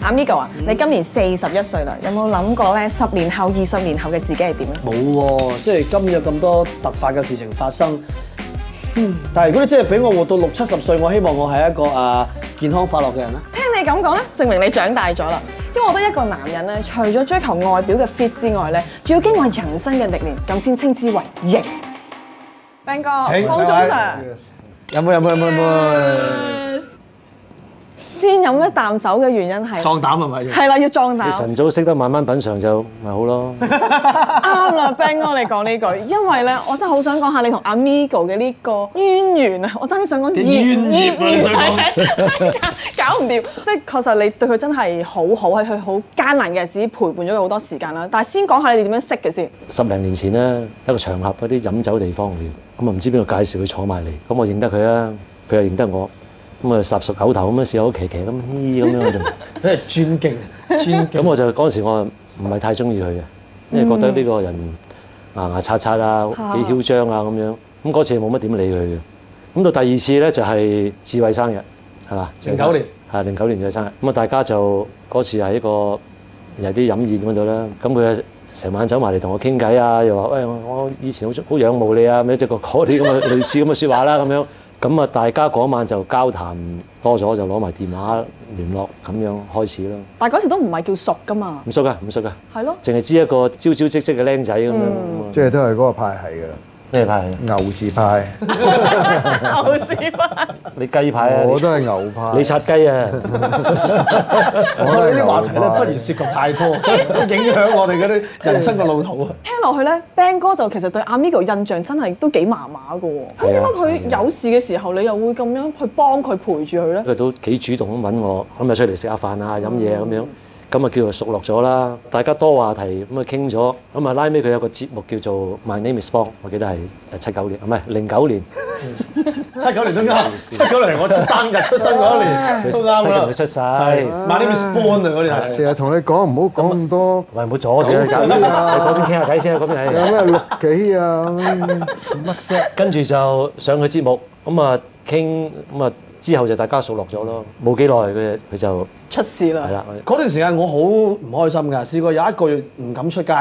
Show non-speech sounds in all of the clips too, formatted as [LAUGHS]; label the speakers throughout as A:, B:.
A: 阿 Migo 啊，你今年四十一歲啦，有冇諗過咧十年後、二十年後嘅自己係點咧？
B: 冇喎，即係今年有咁多突發嘅事情發生。但係如果你真係俾我活到六七十歲，我希望我係一個啊健康快樂嘅人啊啦。
A: 聽你咁講咧，證明你長大咗啦。因為我覺得一個男人咧，除咗追求外表嘅 fit 之外咧，仲要經過人生嘅歷練，咁先稱之為型。Ben 哥，
C: 請
A: 好早 Sir，
C: 有冇有冇有冇有
A: 先飲一啖酒嘅原因
B: 冇？
A: 係
B: 壯膽係咪？
A: 係啦，要壯膽。
D: 晨早識得慢慢品嚐就咪好咯。
A: 啱啦，Ben 哥你講呢句，因為咧，我真係好想講下你同阿 Migo 嘅呢個淵源啊！我真係想講業
B: 淵源啊你想講
A: 係 [LAUGHS] 搞唔掂，即係確實你對佢真係好好，喺佢好艱難嘅日子陪伴咗佢好多時間啦。但係先講下你哋點樣識嘅先。
D: 十零年前咧，一個場合嗰啲飲酒地方嚟，咁啊唔知邊個介紹佢坐埋嚟，咁我認得佢啊，佢又認得我，咁啊霎熟口頭咁樣試下好奇奇咁嘻咁樣喺度。
B: 佢係尊敬，尊
D: 咁我就嗰陣時我唔係太中意佢嘅，因為覺得呢個人牙牙刷刷啊，幾囂張啊咁樣。咁嗰次冇乜點理佢嘅。咁到第二次咧就係智慧生日，係嘛？
B: 09年
D: 係零九年嘅生日。咁啊，大家就嗰次係一個有啲飲宴嗰度啦。咁佢成晚走埋嚟同我傾偈啊，又話喂我我以前好中好仰慕你啊，咩即係嗰啲咁嘅類似咁嘅説話啦咁樣。咁啊，大家嗰晚就交談多咗，就攞埋電話聯絡咁樣開始啦。
A: 但係嗰時都唔係叫熟噶嘛，
D: 唔熟噶，唔熟噶。
A: 係咯。
D: 淨係知一個招招積積嘅僆仔咁樣。
C: 即係都係嗰個派系㗎啦，
D: 咩牌？
C: 牛字派，
A: 牛子花，
D: 你雞牌啊？
C: 我都係牛派。
D: 你殺雞啊！
B: 我哋呢啲話題 [LAUGHS] 咧，不如
C: 我都係牛派。
B: 涉及太多，影響我哋嗰啲人生嘅路途啊！
A: 聽落去咧，Ben 哥就其實對阿 Migo 印象真係都幾麻麻嘅喎。
D: 啊
A: 咁點解佢有事嘅時候，你又會咁樣去幫佢陪住佢咧？
D: 佢都幾主動咁揾我，咁啊出嚟食下飯啊、飲嘢咁樣，咁啊叫做熟落咗啦。大家多話題咁啊傾咗，咁啊拉尾佢有個節目叫做 My Name Is Bond，我記得係誒七九年，唔係零九年，
B: [LAUGHS] 七九年都啱，七九年我生日出生嗰一年都啱
D: 即係
B: 啦
D: 佢。 [LAUGHS] 出世。
B: 係，My name is Bond 啊！嗰啲係
C: 成日同你講唔好講咁多，
D: 喂，唔好阻住佢搞，你嗰邊傾下偈先啊，咁樣
C: 有。咩六幾啊？乜啫？
D: 跟住就上佢節目，咁啊傾，咁啊之後就大家熟落咗咯。冇幾耐佢佢就
A: 出事啦
D: 係！啦，
B: 嗰段時間我好唔開心㗎，試過有一個月唔敢出街，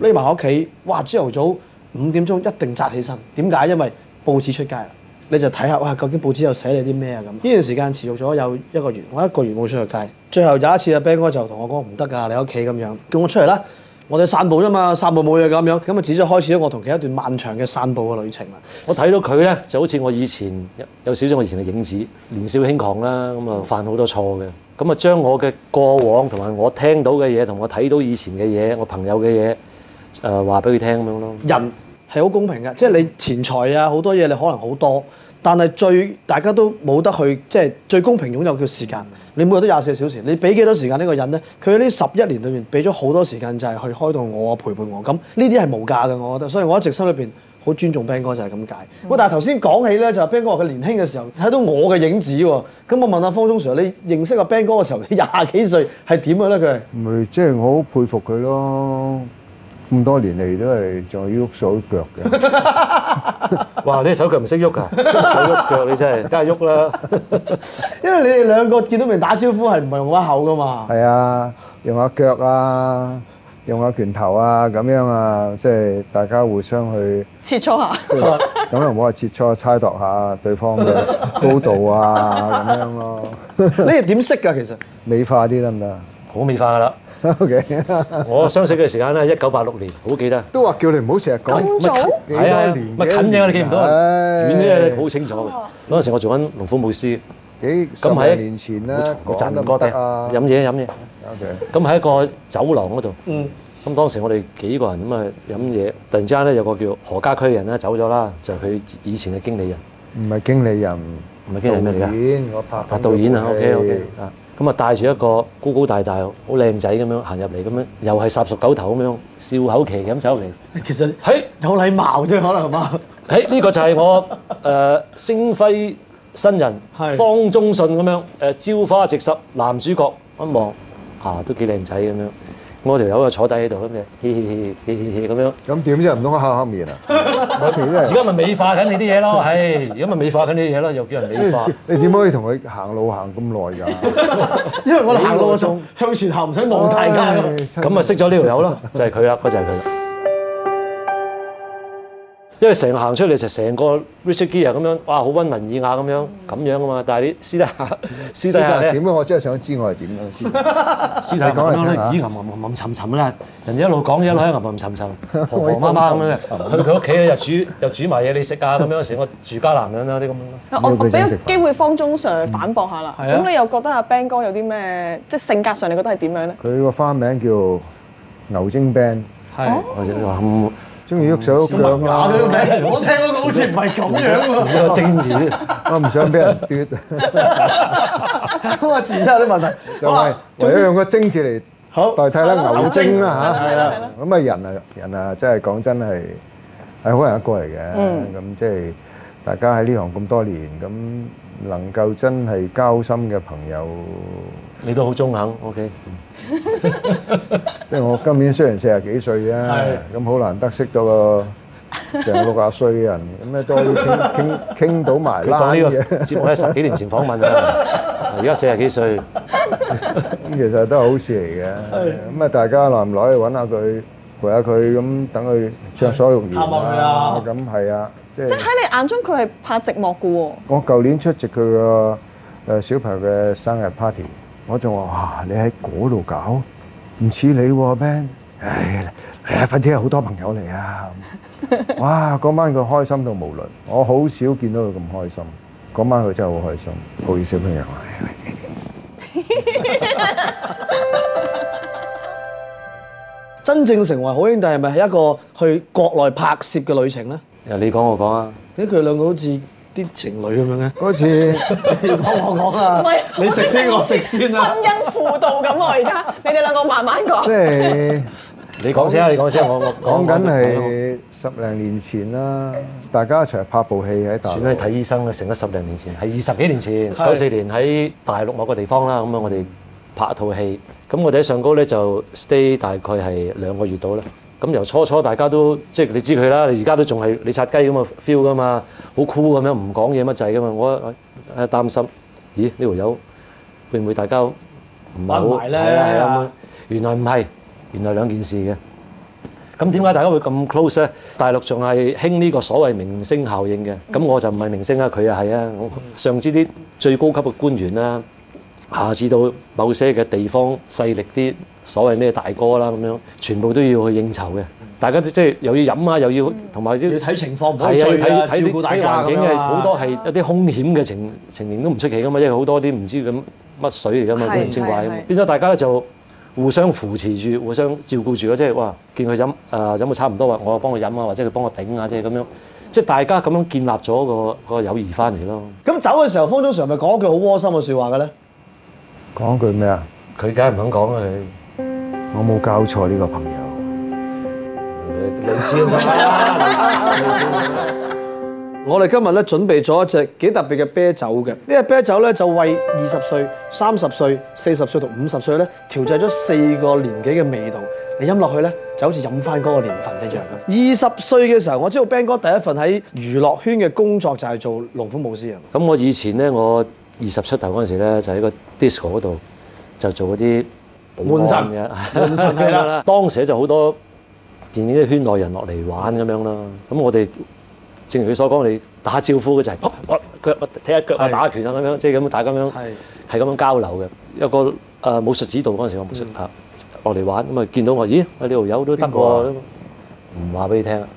B: 匿埋喺屋企。哇！朝頭早五點鐘一定扎起身，點解？因為報紙出街啦，你就睇下哇，究竟報紙又寫你啲咩啊咁。呢段時間持續咗有一個月，我一個月冇出去街。最後有一次阿 Ben 哥就同我講唔得㗎，你喺屋企咁樣，叫我出嚟啦。我哋散步啫嘛，散步冇嘢㗎咁樣，咁啊只咗開始咗我同佢一段漫長嘅散步嘅旅程啦。
D: 我睇到佢咧就好似我以前有有少少我以前嘅影子，年少輕狂啦，咁
C: 嗯
D: 啊犯好多錯嘅，咁啊將我嘅過往同埋我聽到嘅嘢同我睇到以前嘅嘢，我朋友嘅嘢誒話俾佢聽咁樣咯。
B: 人係好公平嘅，即係你錢財啊好多嘢你可能好多，但係最大家都冇得去，即係最公平擁有嘅時間。你每日都廿四小時，你俾幾多時間呢個人呢？佢喺呢十一年裏面俾咗好多時間就係去開導我啊，陪伴我咁，呢啲係無價嘅，我覺得。所以我一直心裏邊好尊重 Ben 哥就係咁解。喂、但係頭先講起呢，就係 Ben 哥話佢年輕嘅時候睇到我嘅影子喎。咁我問下方中 Sir，你認識阿 Ben 哥嘅時候，你廿幾歲係點嘅咧？佢係
C: 咪即係我好佩服佢咯。咁多年嚟都係仲要喐手喐
B: [LAUGHS]
C: 腳嘅。
D: 哇！你手腳唔識喐
C: 啊
D: 㗎，手喐腳你真
C: [LAUGHS]
D: 係梗係喐啦。
B: 因為你哋兩個見到面打招呼係唔係用把口噶嘛？
C: [LAUGHS] 係啊，用下腳啊，用下拳頭啊，咁樣啊，即係大家互相去，
A: 切磋下。
C: 即係咁又唔好話切磋猜度下對方嘅高度啊，咁樣咯。
B: 你哋點識㗎？其實？
C: 美化啲得唔得
D: 好美化㗎
C: [LAUGHS]
D: 啦！
C: ？OK，
D: 我相識嘅時間咧，一九八六年，好記得。啊
C: 都話叫你唔好成日講。
A: 咁早？
C: 幾多年嘅啊
D: 咪近嘢你記唔到，啊
C: 唉
D: 遠啲啊你好清楚嘅。嗰陣時我做緊農夫舞師，
C: 幾十
D: 咁喺
C: 零年前
D: 好
C: 啦，講
D: 賺
C: 得
D: 唔
C: 唔
D: 歌
C: 得
D: 嘅，
C: 啊
D: 飲嘢飲嘢。
C: ？OK，
D: 咁喺一個酒廊嗰度，
B: 嗯。
D: 咁當時我哋幾個人咁啊飲嘢，突然之間咧有個叫何家駒嘅人咧走咗啦，就係佢以前嘅經理人，
C: 唔係經理人，
D: 唔係經理人咩嚟
C: 導
D: 㗎？
C: 演，我拍
D: 啊
C: 緊
D: 導演啊
C: 部戲
D: ，OK OK 啊，咁啊帶住一個高高大大、好靚仔咁樣行入嚟，咁樣又係霎熟狗頭咁樣笑口騎咁走入嚟，
B: 其實
D: 嘿！
B: 有禮貌啫，可能係嘛？ [LAUGHS]
D: 誒哎呢、個就係我誒、呃星輝新人
B: 係
D: 方呃中信咁樣誒、朝花夕拾男主角一望啊都幾靚仔咁樣，我條友就坐低喺度咁就嘻嘻嘻嘻嘻嘻咁樣。
C: 咁點啫？唔通我黑
D: [LAUGHS]
C: 黑面啊？我條真
D: 而
C: 係
D: 家咪美化緊你啲嘢咯，係而家咪美化緊你啲嘢咯，又叫人美化。
C: [LAUGHS] 你點可以同佢行路行咁
D: [LAUGHS]
C: 耐㗎？
B: 因為我哋行路嘅時候向前行唔使望大家㗎嘛
C: 唉，真係
D: 咁咪識咗呢條友咯，就係佢啦，嗰就係佢啦。因為成個行出嚟就成個 Richard Gere 咁樣，哇，好温文爾雅咁樣，咁樣啊嘛。但係你私底下，私底下
C: 但係
D: 咧，
C: 點啊？我真係想知我係點樣先。
D: 私底下咁樣
C: 啊你講嚟聽
D: 咧，
C: 下
D: 咦，吟吟吟沉沉啦，人哋一路講嘢一路喺吟吟沉
C: [LAUGHS]
D: 沉，婆婆媽媽咁樣嘅。去佢屋企咧又煮又煮埋嘢你食啊，咁樣成個住家男人啊啦啲咁樣咯。
A: 啊我
C: 佢
A: 俾
C: 請
A: 個
C: 食飯
A: 機會方中 Sir
D: 嗯
A: 反駁下啦。
B: 係啊
A: 咁你又覺得阿 Ben 哥有啲咩？即係性格上你覺得係點樣咧？
C: 佢個花名叫牛精 band，
B: 係。
D: 我就話咁
C: 中意喐手喐腳
B: 咬咗。
C: 啦
B: 個名，啊我聽嗰個好似唔係咁樣
D: 呢個政
C: [LAUGHS]
D: 治。
C: [LAUGHS] 我唔想俾人
D: [LAUGHS]
C: 嘟，
B: 喎， [LAUGHS] 咁啊自身有啲問題。
C: 就
B: 好
C: 係
B: 啦，
C: 唯有用個精字嚟。
B: 好
C: 代替啦牛精
B: [LAUGHS]
C: 啦嚇，
A: 係
C: 係
A: 啦
C: 啦
A: 係啦。
C: 咁啊人啊人啊，真係講真係係好人一個嚟嘅。咁即係大家喺呢行咁多年，咁能夠真係交心嘅朋友，
D: 你都好中肯，OK。
C: 即係我今年雖然四十幾歲啫，咁好難得識到個成六廿歲嘅人，咁咧都可以傾傾傾到埋
D: 佢
C: 啦
D: 當呢
C: 嘅。
D: 個節目喺十幾年前訪
C: [LAUGHS]
D: 問啊，而家四十幾歲。
C: 咁其實都係好事嚟嘅。咁啊，大家耐唔耐去揾下佢，陪下佢，咁等佢暢所欲言
B: 探望佢啊
C: 咁係啊，即
A: 即
C: 係
A: 係。喺你眼中佢係拍寂寞嘅喎。
C: 我舊年出席佢個誒小朋友嘅生日 party，我仲話：哇！你喺嗰度搞，唔似你喎 Ben。唉，嚟啊！快啲啊，好多朋
D: [LAUGHS]
C: 友嚟啊！哇！嗰晚佢開心到無論，我好少見到佢咁開心。嗰晚佢真係好開心，抱住小朋友。
D: [LAUGHS]
B: 真正成為好兄弟係咪係一個去國內拍攝嘅旅程咧？
D: 誒，你講我講啊，
B: 點解佢兩個好似啲情侶咁樣嘅？
C: 嗰次
B: [LAUGHS] 你講我講啊
A: 唔係，
B: 你食先我食先啊！
A: 婚姻輔導咁啊！而家你哋兩個慢慢
C: 即
A: 講。
C: 係。
D: 你講先啊，你講先啊，我我
C: 講緊
D: 我
C: 係十零年前啦，大家一齊拍部戲喺大
D: 算啦，
C: 陸，
D: 睇醫生啦，成咗十零年前，係二十幾年前，
B: 係
D: 九四年喺大陸某個地方啦，咁啊，我哋拍一套戲，咁我哋喺上高咧就 stay 大概係兩個月到啦。咁由初初大家都即係你知佢啦，你而家都仲係你擦雞咁嘅啊 feel 噶嘛，好 cool 咁樣唔講嘢乜滯噶嘛，我誒擔心，咦呢條友會唔會大家唔係好
B: 玩埋咧
D: 係啊係啊原來唔係，原來兩件事嘅。咁點解大家會咁 close 咧？大陸仲係興呢個所謂明星效應嘅，咁我就唔係明星啊，佢又係啊。我上至啲最高級嘅官員啦，下至到某些嘅地方勢力啲所謂咩大哥啦咁樣，全部都要去應酬嘅。大家都即係又要飲啊，又要同埋
B: 要
D: 啲
B: 睇情況，唔
D: 係
B: 可以醉啊，
D: 啊，
B: 照
D: 睇睇
B: 顧
D: 啲
B: 大
D: 睇
B: 家
D: 環境
B: 咁
D: 係
B: 樣啊
D: 好多係一啲兇險嘅情情形都唔出奇噶嘛，因為好多啲唔知咁乜水嚟噶嘛，
A: 係
D: 古靈精怪咁
A: 係係，
D: 變咗大家就互相扶持住，互相照顧住咯，即係哇，見佢飲啊誒飲到差唔多，話我幫佢飲啊，或者佢幫我頂啊，即係咁樣，即係大家咁樣建立咗個個友誼翻嚟咯。
B: 咁走嘅時候，方中常咪講一句好窩心嘅説話嘅咧？
C: 講句咩啊？
D: 佢梗係唔肯講啦，佢。
C: 我冇教錯呢個朋友。
D: 類似咁啦，類似咁啦
B: 我哋今日咧準備咗一隻幾特別嘅啤酒嘅，呢隻啤酒咧就為二十歲、三十歲、四十歲同五十歲咧調製咗四個年紀嘅味道，你飲落去咧就好似飲翻嗰個年份一樣嘅。二十歲嘅時候，我知道 Ben 哥第一份喺娛樂圈嘅工作就係做龍虎武師啊，
D: 咁我以前咧，我二十出頭嗰陣時咧，就喺個 disco 嗰度就做嗰啲
B: 門神門
D: 門
B: 神係啦
D: 啦。當時就好多電影嘅圈內人落嚟玩咁樣啦。咁我哋正如佢所講，你打招呼嘅就係、 [LAUGHS] 啪啪腳我踢下腳啊，
B: 係
D: 打拳啊咁樣，即係咁打咁樣。
B: 係
D: 係咁樣交流嘅。有個誒、呃武術指導嗰陣時，我武術
B: 嗯
D: 啊落嚟玩，咁啊見到我，咦，我呢條友都得
C: 邊個
B: 啊
D: 喎，唔話俾你聽啊。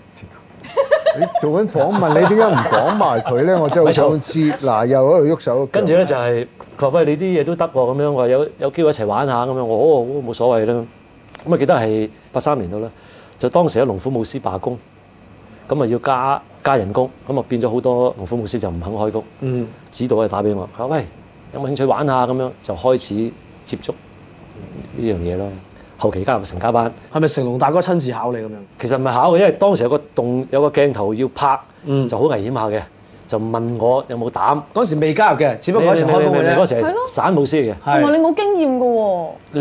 C: 你做緊訪問，你點解唔講埋佢咧？我真係好想知。嗱，又喺度喐手，
D: 跟住咧就係佢話：喂，你啲嘢都得喎，咁樣我話有有機會一齊玩下咁樣，我哦好冇所謂啦。咁啊記得係八三年到啦，就當時喺龍虎武師罷工，咁啊要加加人工，咁啊變咗好多龍虎武師就唔肯開工。
B: 嗯，
D: 指導係打俾我，佢話：喂，有冇興趣玩下咁樣？就開始接觸呢樣嘢咯。後期加入成家班，
B: 係咪成龍大哥親自考你咁樣？嗯
D: 其實唔係考嘅，因為當時有個動有個鏡頭要拍，就好危險下嘅。就問我有冇膽。
B: 嗰時未加入嘅，只不過嗰時開工
D: 你
B: 嘅
D: 嗰
B: 啫。
D: 時
A: 係咯
D: 係散舞師嚟嘅。
A: 同埋
B: 係
A: 你冇經驗嘅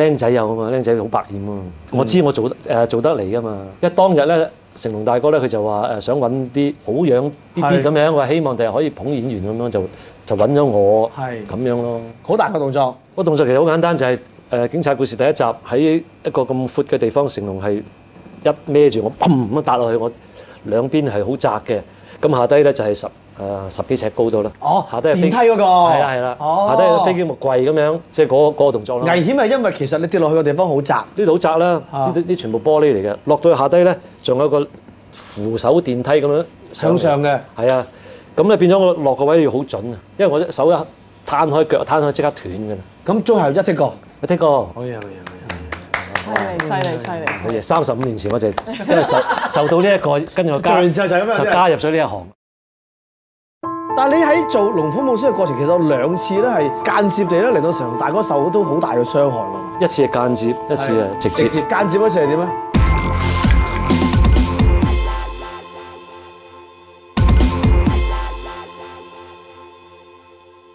A: 喎，
D: 僆仔有啊嘛，僆仔好百厭啊嘛。
B: 嗯
D: 我知我做得誒、呃做得嚟噶嘛。一當日咧，成龍大哥咧，佢就話呃誒想揾啲好樣啲啲
B: 係
D: 咁樣，我希望第日可以捧演員咁樣就就揾咗我
B: 係
D: 咁樣咯。
B: 好大個動作，
D: 個動作其實好簡單，就係、誒《警察故事》第一集喺一個咁闊嘅地方，成龍係一孭住我，砰咁搭落去，我兩邊係好窄嘅，咁下低咧就係十誒、呃十幾尺高度啦。
B: 哦
D: 下低係飛
B: 電梯嗰個
D: 係啦係啦，
B: 哦
D: 下低有個飛機木櫃咁樣，即係嗰嗰個動作啦。
B: 危險係因為其實你跌落去個地方好窄，
D: 呢度好窄啦，
B: 啊
D: 呢啲呢全部玻璃嚟嘅。落到去下低咧，仲有個扶手電梯咁樣
B: 向上
D: 嚟
B: 嘅。
D: 係啊，咁咧變咗我落個位要好準啊，因為我隻手一攤開腳攤開即刻斷㗎啦。
B: 咁最後一踢過。
D: 我聽過，
B: 好嘢好嘢
A: 犀利犀利犀利犀利！
D: 三十五年前我就因
B: [LAUGHS]
D: 為受受到呢一個，跟住我
B: 做
D: 加
B: 完之後就咁樣
D: 就加入咗呢一行。
B: 但係你喺做龍虎武師嘅過程，其實有兩次咧係間接地咧令到成龍大哥受到好大嘅傷害喎。
D: 一次係間接，一次係啊直接。
B: 間接嗰次係點咧？啊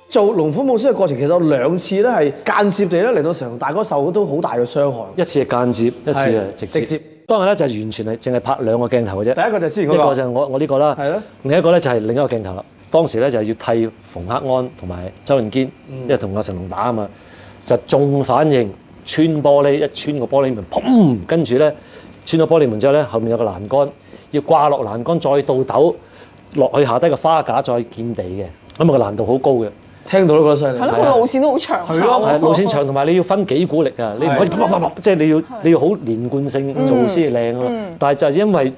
B: 做龍虎武師嘅過程，其實有兩次咧係間接地咧令到成龍大哥受到好大嘅傷害。
D: 一次係間接，一次係直接。
B: 直接
D: 當然咧，就係完全係淨係拍兩個鏡頭嘅啫。
B: 第一個就係之前嗰
D: 一
B: 個
D: 個就係我我呢個啦，
B: 係咯
D: 另一個咧就係另一個鏡頭啦。當時咧就係要替馮克安同埋周潤堅，
B: 嗯
D: 因為同阿成龍打啊嘛，就重反應穿玻璃，一穿個玻璃門，砰！跟住咧穿咗玻璃門之後咧，後面有個欄杆，要掛落欄杆再倒斗落去下低個花架再見地嘅，咁啊個難度好高嘅。
B: 聽到都覺得犀利
A: 係。咯，個路線都好長下
B: 嗯啊係
D: [LAUGHS]
B: 咯
A: 喎。
D: 係路線長，同埋你要分幾股力啊！你唔可以
B: 係嗯
D: 啪啪啪啪即係你要你要好連貫性做先至靚啊嘛！但係就係因為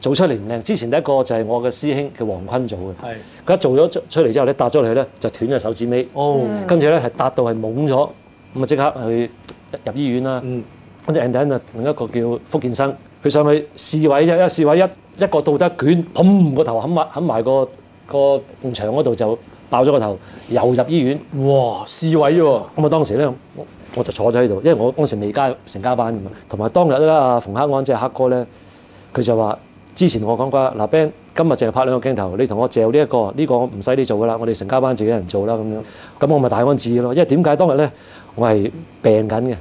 D: 做出嚟唔靚，之前第一個就係我嘅師兄叫黃坤做嘅，
B: 係
D: 佢一做咗出出嚟之後咧，搭咗落去咧就斷咗手指尾，
B: 哦，
D: 跟住咧係搭到係懵咗，咁啊即刻去入醫院啦。
B: 嗯
D: 跟住 and then 啊，另一個叫福建生，佢上去試位啫，一試位一一個倒得卷，砰個頭冚埋冚埋個個牆嗰度就爆咗個頭，又入醫院。
B: 哇，侍位喎，
D: 咁啊，當時咧，我我就坐咗喺度，因為我嗰陣時未加入成家班㗎嘛。同埋當日咧，阿馮克安即係黑哥咧，佢就話：之前我講過啦，嗱 Ben，今日淨係拍兩個鏡頭，你同我嚼呢一個，呢、個我唔使你做㗎啦，我哋成家班自己人做啦咁樣。咁我咪大安旨意咯，因為點解當日咧我係病緊嘅。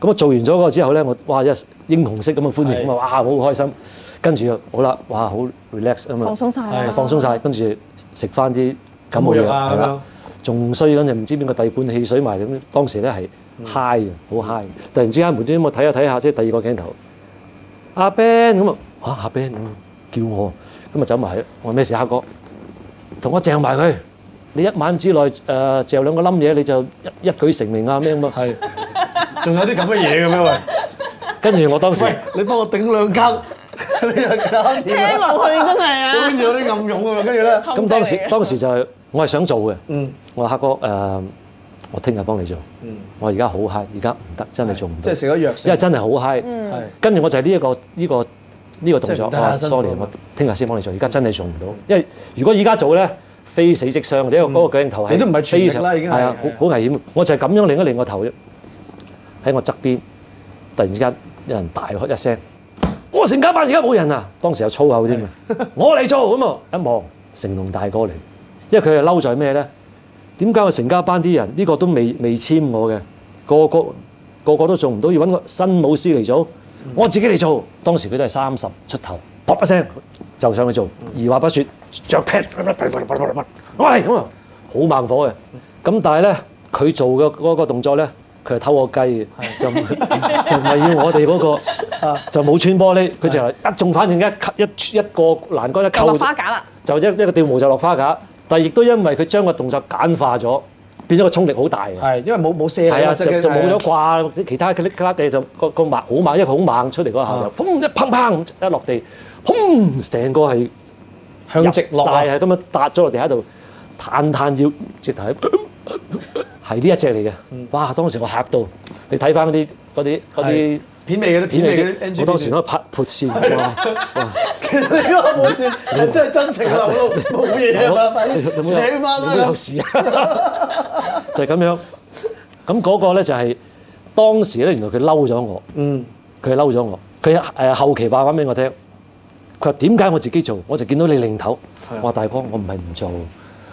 D: 咁我做完咗嗰個之後咧，我哇一英雄式咁嘅歡迎，咁啊哇好開心。跟住好啦，哇好 relax 啊嘛，
A: 放鬆晒啦
D: 係放鬆晒，跟住食翻啲感冒
B: 感冒
D: 藥
B: 藥啊
D: 係
B: 咁樣
D: 啦。仲衰嗰陣唔知邊個遞罐汽水埋咁，當時咧係 high 嘅，好 high 嘅。突然之間無端端我睇下睇下，即係第二個鏡頭，阿 Ben 咁啊，嚇阿 Ben 咁啊叫我，咁啊走埋去，我話咩事啊黑哥？同我掟埋佢，你一晚之內誒掟兩個冧嘢，你就一一舉成名啊咩咁啊！
B: 係，仲有啲咁嘅嘢嘅咩喂？
D: 跟住我當
B: [LAUGHS]
D: 時
B: 喂，你幫我頂兩羹， [LAUGHS] 你又搞掂
A: 聽
B: 啦，
A: 落去真係啊！
B: 跟住有啲暗湧喎，跟住咧，
D: 咁當時當時就係我係想做嘅，
B: 嗯，
D: 我話黑哥誒、我聽日幫你做，我而家好 high，而家唔得，真係做唔
B: 即
D: 到
B: 嗯係，食咗藥
D: 因為
B: 食，
D: 真係好 high。
B: 係
D: 跟住我就係呢一個呢、個呢、個動
B: 即係
D: 作
B: 唔得啊
D: 啊
B: 辛苦啊
D: ，sorry，我聽日先幫你做，而家真係做唔到，因為如果而家做咧，非死即傷，因為嗰個鏡頭係
B: 嗯你都唔係全力
D: 非常
B: 啦已經係
D: 係啊，好
B: 係啊
D: 好危險。我就係咁樣擰一擰個頭啫，喺我側邊，突然之間有人大喝一聲：我成家班而家冇人啊！當時有粗口添啊！我嚟做咁啊！一望成龍大哥嚟，因為佢係嬲在咩咧？點解我成家班啲人呢、個都未未簽我嘅，個個個個都做唔到，要揾個新舞師嚟做，我自己嚟做。當時佢都係三十出頭，噗一聲就上去做，二話不說，着 pad，我嚟咁啊，好猛火嘅。咁但係咧，佢做嘅嗰個動作咧，佢係偷我雞嘅，就唔 [LAUGHS] 就唔係要我哋嗰、個，就冇穿玻璃，佢就係一中反應一吸一一個欄杆一
A: 又
D: 扣
A: 落。花架啦，
D: 就一一個吊毛就落花架，但係亦都因為佢將個動作簡化咗，變咗個衝力好大嘅。
B: 係因為冇冇射
D: 係
B: 啊
D: 啊，
B: 嘛，
D: 就
B: 即係
D: 就冇咗掛或者其他嘅啲嘅就個個猛好猛，因為佢好猛出嚟嗰個效
B: 啊
D: 就，砰一砰砰一落地，砰成個係
B: 向直落啊
D: 晒，係咁樣搭咗落地喺度，彈彈要直頭係係呢一隻嚟嘅。
B: 嗯
D: 哇！當時我嚇到，你睇翻嗰啲嗰啲嗰
B: 係
D: 啲
B: 片尾嗰啲片
D: 片
B: 尾
D: 嚟
B: 嗰啲
D: 嘅，
B: NG
D: 我當時都拍潑線哇！
B: 其實 [LAUGHS] 你嗰個無線係真係真情流
D: [LAUGHS]
B: 露，冇嘢啊嘛，快
D: 有
B: 啲
D: 冇有
B: 醒翻
D: 有冇
B: 啦
D: 有！ [LAUGHS] 事啊？就係咁樣。咁嗰個咧就係當時咧，原來佢嬲咗我，
B: 嗯，
D: 佢嬲咗我。佢誒後期話翻俾我聽，佢話點解我自己做，我就見到你擰頭。我話大哥，我唔係唔做，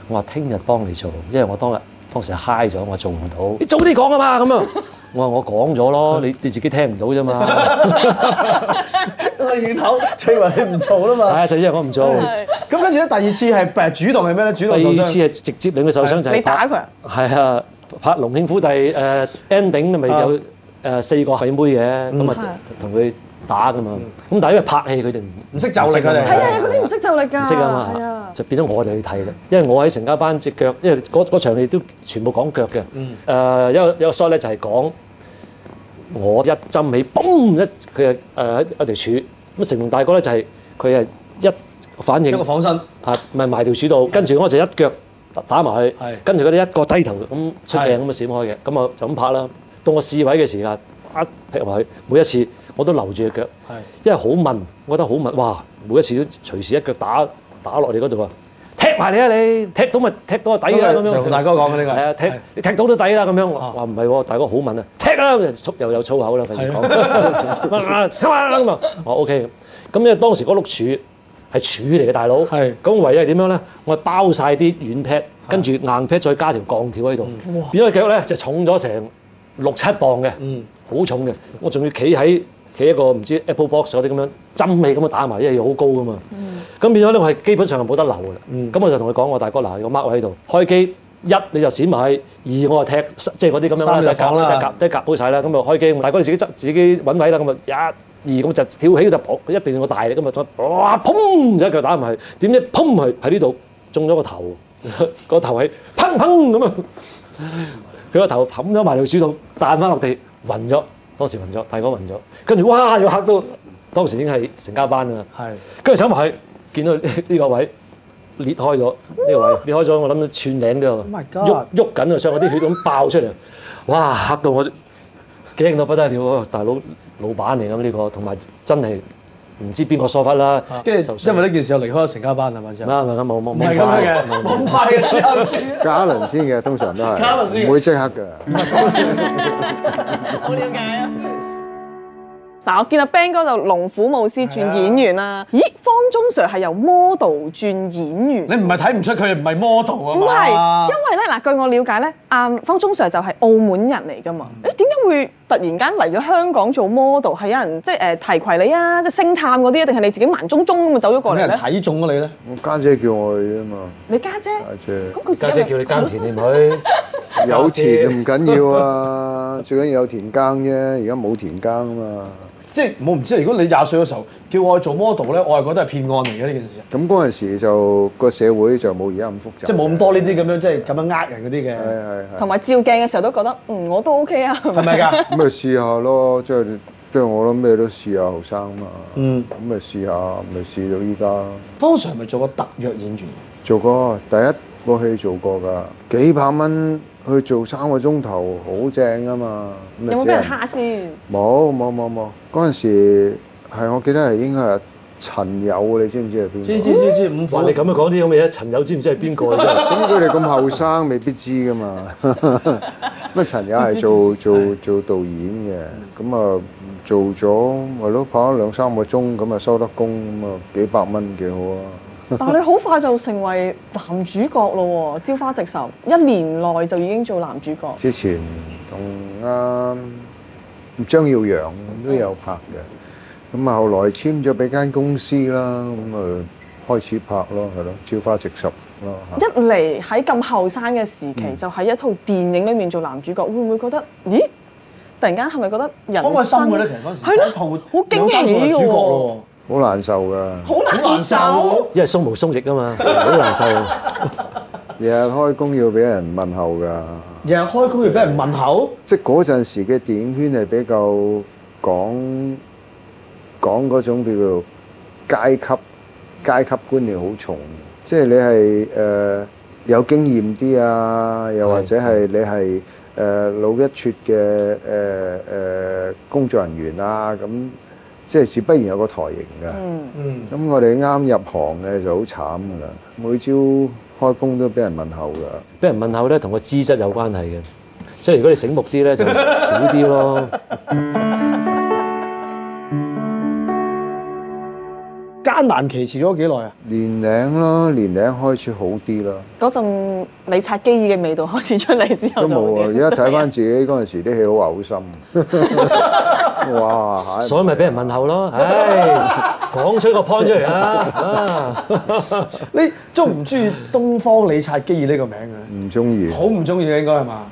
D: 我話聽日幫你做，因為我當日當時 high 咗，我話做唔到。你早啲講啊嘛，咁啊，我話我講咗咯，你你自己聽唔到啫嘛。
B: 你遠口翠雲你唔做啦嘛。
D: 係就因為我唔做。
B: 咁跟住咧，第二次係誒主動係咩咧？主
D: 第
B: 動受
D: 二次
B: 傷。
D: 係直接令佢受傷就係
A: 你打佢啊
D: 係啊，拍《龍慶虎弟》誒呃 ending
A: 啊
D: 咪有誒四個鬼妹嘅，咁
A: 係
D: 啊同佢打噶嘛。咁但係因為拍戲佢哋唔
B: 唔識就力
D: 唔識啊
B: 佢哋
D: 嘛
A: 係啊，嗰啲唔識就力㗎，
D: 唔識啊
A: 係啊
D: 嘛，。就變咗我哋去睇啦。因為我喺成家班只腳，因為嗰嗰場戲都全部講腳嘅。誒、
B: 嗯
D: 呃有有個 shot 咧就係講我一針起，嘣一佢係誒一條柱。咁成龍大哥咧就係佢係一反
B: 一
D: 應
B: 個仿身，
D: 啊，咪埋條柱度，跟住我就一腳打埋去
B: 係，
D: 跟住嗰啲一個低頭咁出
B: 係
D: 鏡咁啊閃開嘅，咁我就咁拍啦。到我試位嘅時間，一劈埋去，每一次我都留住只腳。
B: 係
D: 因為好問，我覺得好問，哇！每一次都隨時一腳打打落你嗰度啊，踢埋你啊你，踢到咪踢到個底啦咁
B: 就同
D: 樣。
B: 大哥講嘅呢個
D: 係啊，踢你踢到都抵啦咁樣。我話唔係喎，大哥好問啊，踢啦，粗又有粗口啦，費事講。 [LAUGHS] 啊咁啊咁啊，我 OK。咁因為當時嗰碌柱係柱嚟嘅大佬，
B: 係
D: 咁唯一係啊點樣咧？我係包晒啲軟 pad，跟住硬 pad 再加條鋼條喺度，變咗腳咧就重咗成六七磅嘅。
B: 嗯，
D: 好重嘅，我仲要企喺企一個唔知 Apple Box 嗰啲咁樣針氣咁樣打埋，因為要好高噶嘛。咁、變咗咧，我係基本上係冇得留嘅啦。咁、我就同佢講：我大哥嗱，個 mark 位喺度，開機一你就閃埋去，二我就踢即係嗰啲咁樣
B: 三
D: 啦，
B: 就
D: 得
B: 放啦
D: 夾得夾好晒啦。咁就開機，大哥你自己執自己揾位啦。咁啊一二咁就跳起就搏，一定要我大力咁啊，再哇砰就一腳打埋去，點知砰佢喺呢度中咗個頭， [LAUGHS] 個頭喺砰砰咁啊！佢個頭冚咗埋條柱度，彈翻落地，暈咗。當時暈咗，大哥暈咗，跟住哇又嚇到，當時已經係成家班啦。
B: 係
D: 跟住走埋去，見到呢 [LAUGHS] 個位裂開咗，呢個位裂開咗，我諗到串領都有
B: Oh my
D: 喐
B: God
D: 喐緊啊，上嗰啲血咁爆出嚟，哇嚇到我驚到不得了啊！大佬老闆嚟咁呢個，同埋真係唔知邊個疏忽啦，
B: 跟
D: 受
B: 住
D: 傷
B: 因為呢件事，我離開咗成家班係咪先？
D: 啱啊啱啱冇冇
B: 唔係咁樣
D: 冇
B: 嘅，冇派嘅之後先。
C: 嘉倫先嘅，通常都
B: 嘉倫先
C: 係
B: 嘅
C: 唔會即刻嘅。
A: 好了解啊！嗱，我見阿 Ben 哥就龍虎武師轉演員啦。咦，方中 Sir 係由 model 轉演員
B: [LAUGHS] 你。唔係睇唔出佢唔係 model 啊
A: 唔係，
B: 嘛？
A: 因為咧嗱，據我了解咧，阿方中 Sir 就係澳門人嚟噶嘛。誒點解會突然間嚟咗香港做 model？係有人即係誒提攜你啊，即係星探嗰啲，定係你自己盲中中咁走咗過
B: 咩
A: 嚟
B: 人
A: 咧？
B: 睇中咗你咧？
C: 我家姐叫我去啊嘛，
A: 你家姐，
C: 家
A: 咁
C: 姐
A: 佢自
D: 家
A: 己
D: 姐叫你耕田，你唔
B: [LAUGHS]
D: 去。
C: 有田唔緊要啊，最緊要有田耕啫。而家冇田耕啊嘛。
B: 即係我唔知，如果你廿歲嘅時候叫我去做 model 咧，我係覺得係騙案嚟嘅呢件事，
C: 咁嗰陣時就個社會就冇而家咁複雜，
B: 即係冇咁多呢啲咁樣，即係咁樣呃人嗰啲嘅，
C: 係係
A: 同埋照鏡嘅時候都覺得，嗯，我都 OK 啊。
B: 係咪㗎？
C: 係，咁咪試下咯，即係即係我諗咩都試下，後生嘛，
B: 嗯，
C: 咁咪試下，咪試到依家。
B: 方 Sir 係咪做過特約演員？
C: 做過第一個戲做過㗎，幾百蚊去做三個鐘頭，好正㗎嘛。咁
A: [LAUGHS]
C: 咪
A: 有冇
C: 死
A: 俾人
C: 人
A: 蝦先？
C: 冇冇冇冇，嗰陣時係我記得係應該係陳友，你知唔知係邊個？
B: 知知知知，五
D: 哇！
B: 虎
D: 你咁樣講啲咁嘅嘢，陳友知唔知係邊個啊？
C: [LAUGHS]
D: 真係
C: 咁佢哋咁後生，未必知噶嘛。 [LAUGHS] 咁啊，陳友係做做做導演嘅，咁啊做咗咪咯，拍咗兩三個鐘，咁啊收得工，咁啊幾百蚊幾好啊！
A: 但係你好快就成為男主角咯喎，朝花夕拾，一年內就已經做男主角。
C: 之前同啱張耀揚都有拍嘅，咁啊後來簽咗俾間公司啦，咁啊開始拍咯，係咯，朝花夕拾咯嚇。
A: 一嚟喺咁後生嘅時期，
B: 嗯
A: 就喺一套電影裏面做男主角，會唔會覺得？咦，突然間係咪覺得人
B: 好
A: 生
B: 開心嘅咧，其實嗰陣時
A: 係
B: 一套
A: 咯，好驚
B: 兩三
A: 喜
B: 套係主角
A: 喎，
B: 咯，
C: 好難受㗎，
A: 好難
B: 喎
A: 受。
D: 因為鬆毛鬆翼啊嘛，好難受。
C: 日日開工要俾人問候㗎。
B: 日日開工要俾人問候，
C: 即係嗰陣時嘅電影圈係比較講講嗰種叫做階級階級觀念好重，即係你係誒、呃有經驗啲啊，又或者係你係誒、呃老一撮嘅誒誒工作人員啊，咁即係自不然有個台型㗎。
A: 嗯，
B: 嗯，
C: 咁我哋啱入行嘅就好慘㗎啦，每朝開工都俾人問候㗎。
D: 俾人問候咧，同個資質有關係嘅。即係如果你醒目啲咧，
C: [LAUGHS]
D: 就少啲咯。
B: 家艱難期持咗幾耐啊？
C: 年零啦，年零開始好啲啦，
A: 嗰陣你擦機耳嘅味道開始出嚟之後
C: 都
A: 就
C: 冇
A: 好
C: 啊！而
A: 啲
C: 家睇翻自己嗰陣時啲戲好嘔心，哇！唉
D: 所以咪俾人問候咯。唉，講出個 point 出嚟啦。啊
B: 你中唔中意東方李察基爾呢個名嘅啊咧？
C: 唔中意，
B: 好唔中意嘅應該係
C: [LAUGHS]
B: 嘛？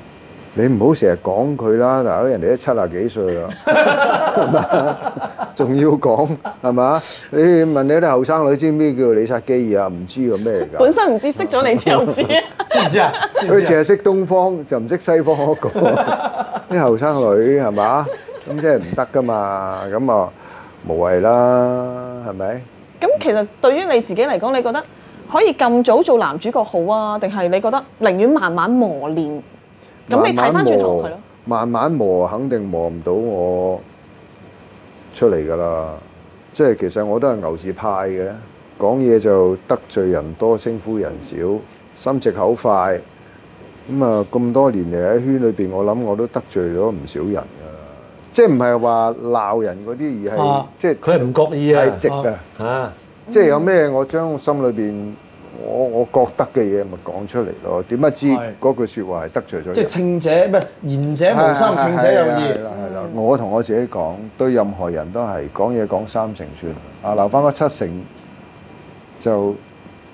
C: 你唔好成日講佢啦，大佬人哋都七啊幾歲啦，係嘛仲要講係嘛？你問你啲後生女知唔知叫李察基爾啊？唔知個咩嚟㗎？
A: 本身唔知識咗你之後
C: [LAUGHS]
A: 知，
B: 知唔知啊？知唔
C: 佢
B: 知
C: 淨
B: 啊
C: 係識東方，就唔識西方嗰個。啲後生女係嘛？咁即係唔得噶嘛，咁啊無謂啦，係咪？
A: 咁其實對於你自己嚟講，你覺得可以咁早做男主角好啊，定係你覺得寧願慢慢磨練？咁你睇翻轉頭係咯，
C: 慢慢磨肯定磨唔到我出嚟噶啦。即係其實我都係牛字派嘅，講嘢就得罪人多，稱呼人少，心直口快。咁啊，咁多年嚟喺圈裏邊，我諗我都得罪咗唔少人噶。即係唔係話鬧人嗰啲，而係、
B: 啊
C: 即係
D: 佢係唔覺意啊。
C: 係直嘅。
D: 啊，
C: 即係有咩我將心裏邊我我覺得嘅嘢咪講出嚟咯。點不知
B: 係
C: 嗰句説話係得罪咗人。
B: 即係稱者唔係言者無心，
C: 係
B: 聽者有
C: 係
B: 意
C: 係。啦係啦，我同我自己講，對任何人都係講嘢講三成算，啊留翻嗰七成就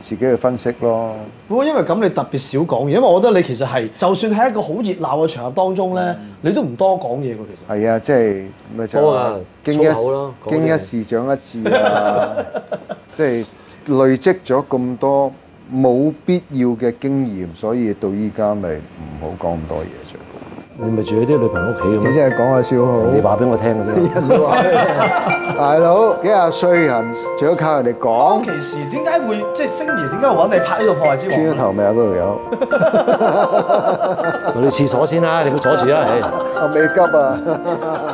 C: 自己去分析咯。
B: 不過因為咁，你特別少講嘢，因為我覺得你其實係，就算喺一個好熱鬧嘅場合當中咧，
C: 嗯
B: 你都唔多講嘢嘅其實。
C: 係啊，即係咪就
D: 多
C: 係
D: 啊
C: 經
D: 粗口咯
C: 一
D: 講
C: 經一
D: 嘢
C: 事長一智啊！即係累積咗咁多冇必要嘅經驗，所以到依家咪唔好講咁多嘢啫。
D: 你咪住喺啲女朋友屋企咁
C: 你
D: 樣。
C: 真係講下笑好。
D: 你話俾我聽嘅啫。
C: [LAUGHS] 大佬幾廿歲人，仲要靠人哋
B: 當
C: 講
B: 其，時點解會即係星兒點解會揾你拍呢個破壞之
C: 轉咗
B: 王？
C: 頭未啊嗰條友，
D: 我去廁所先啦，你唔好阻住啊！唉
C: 我未急啊！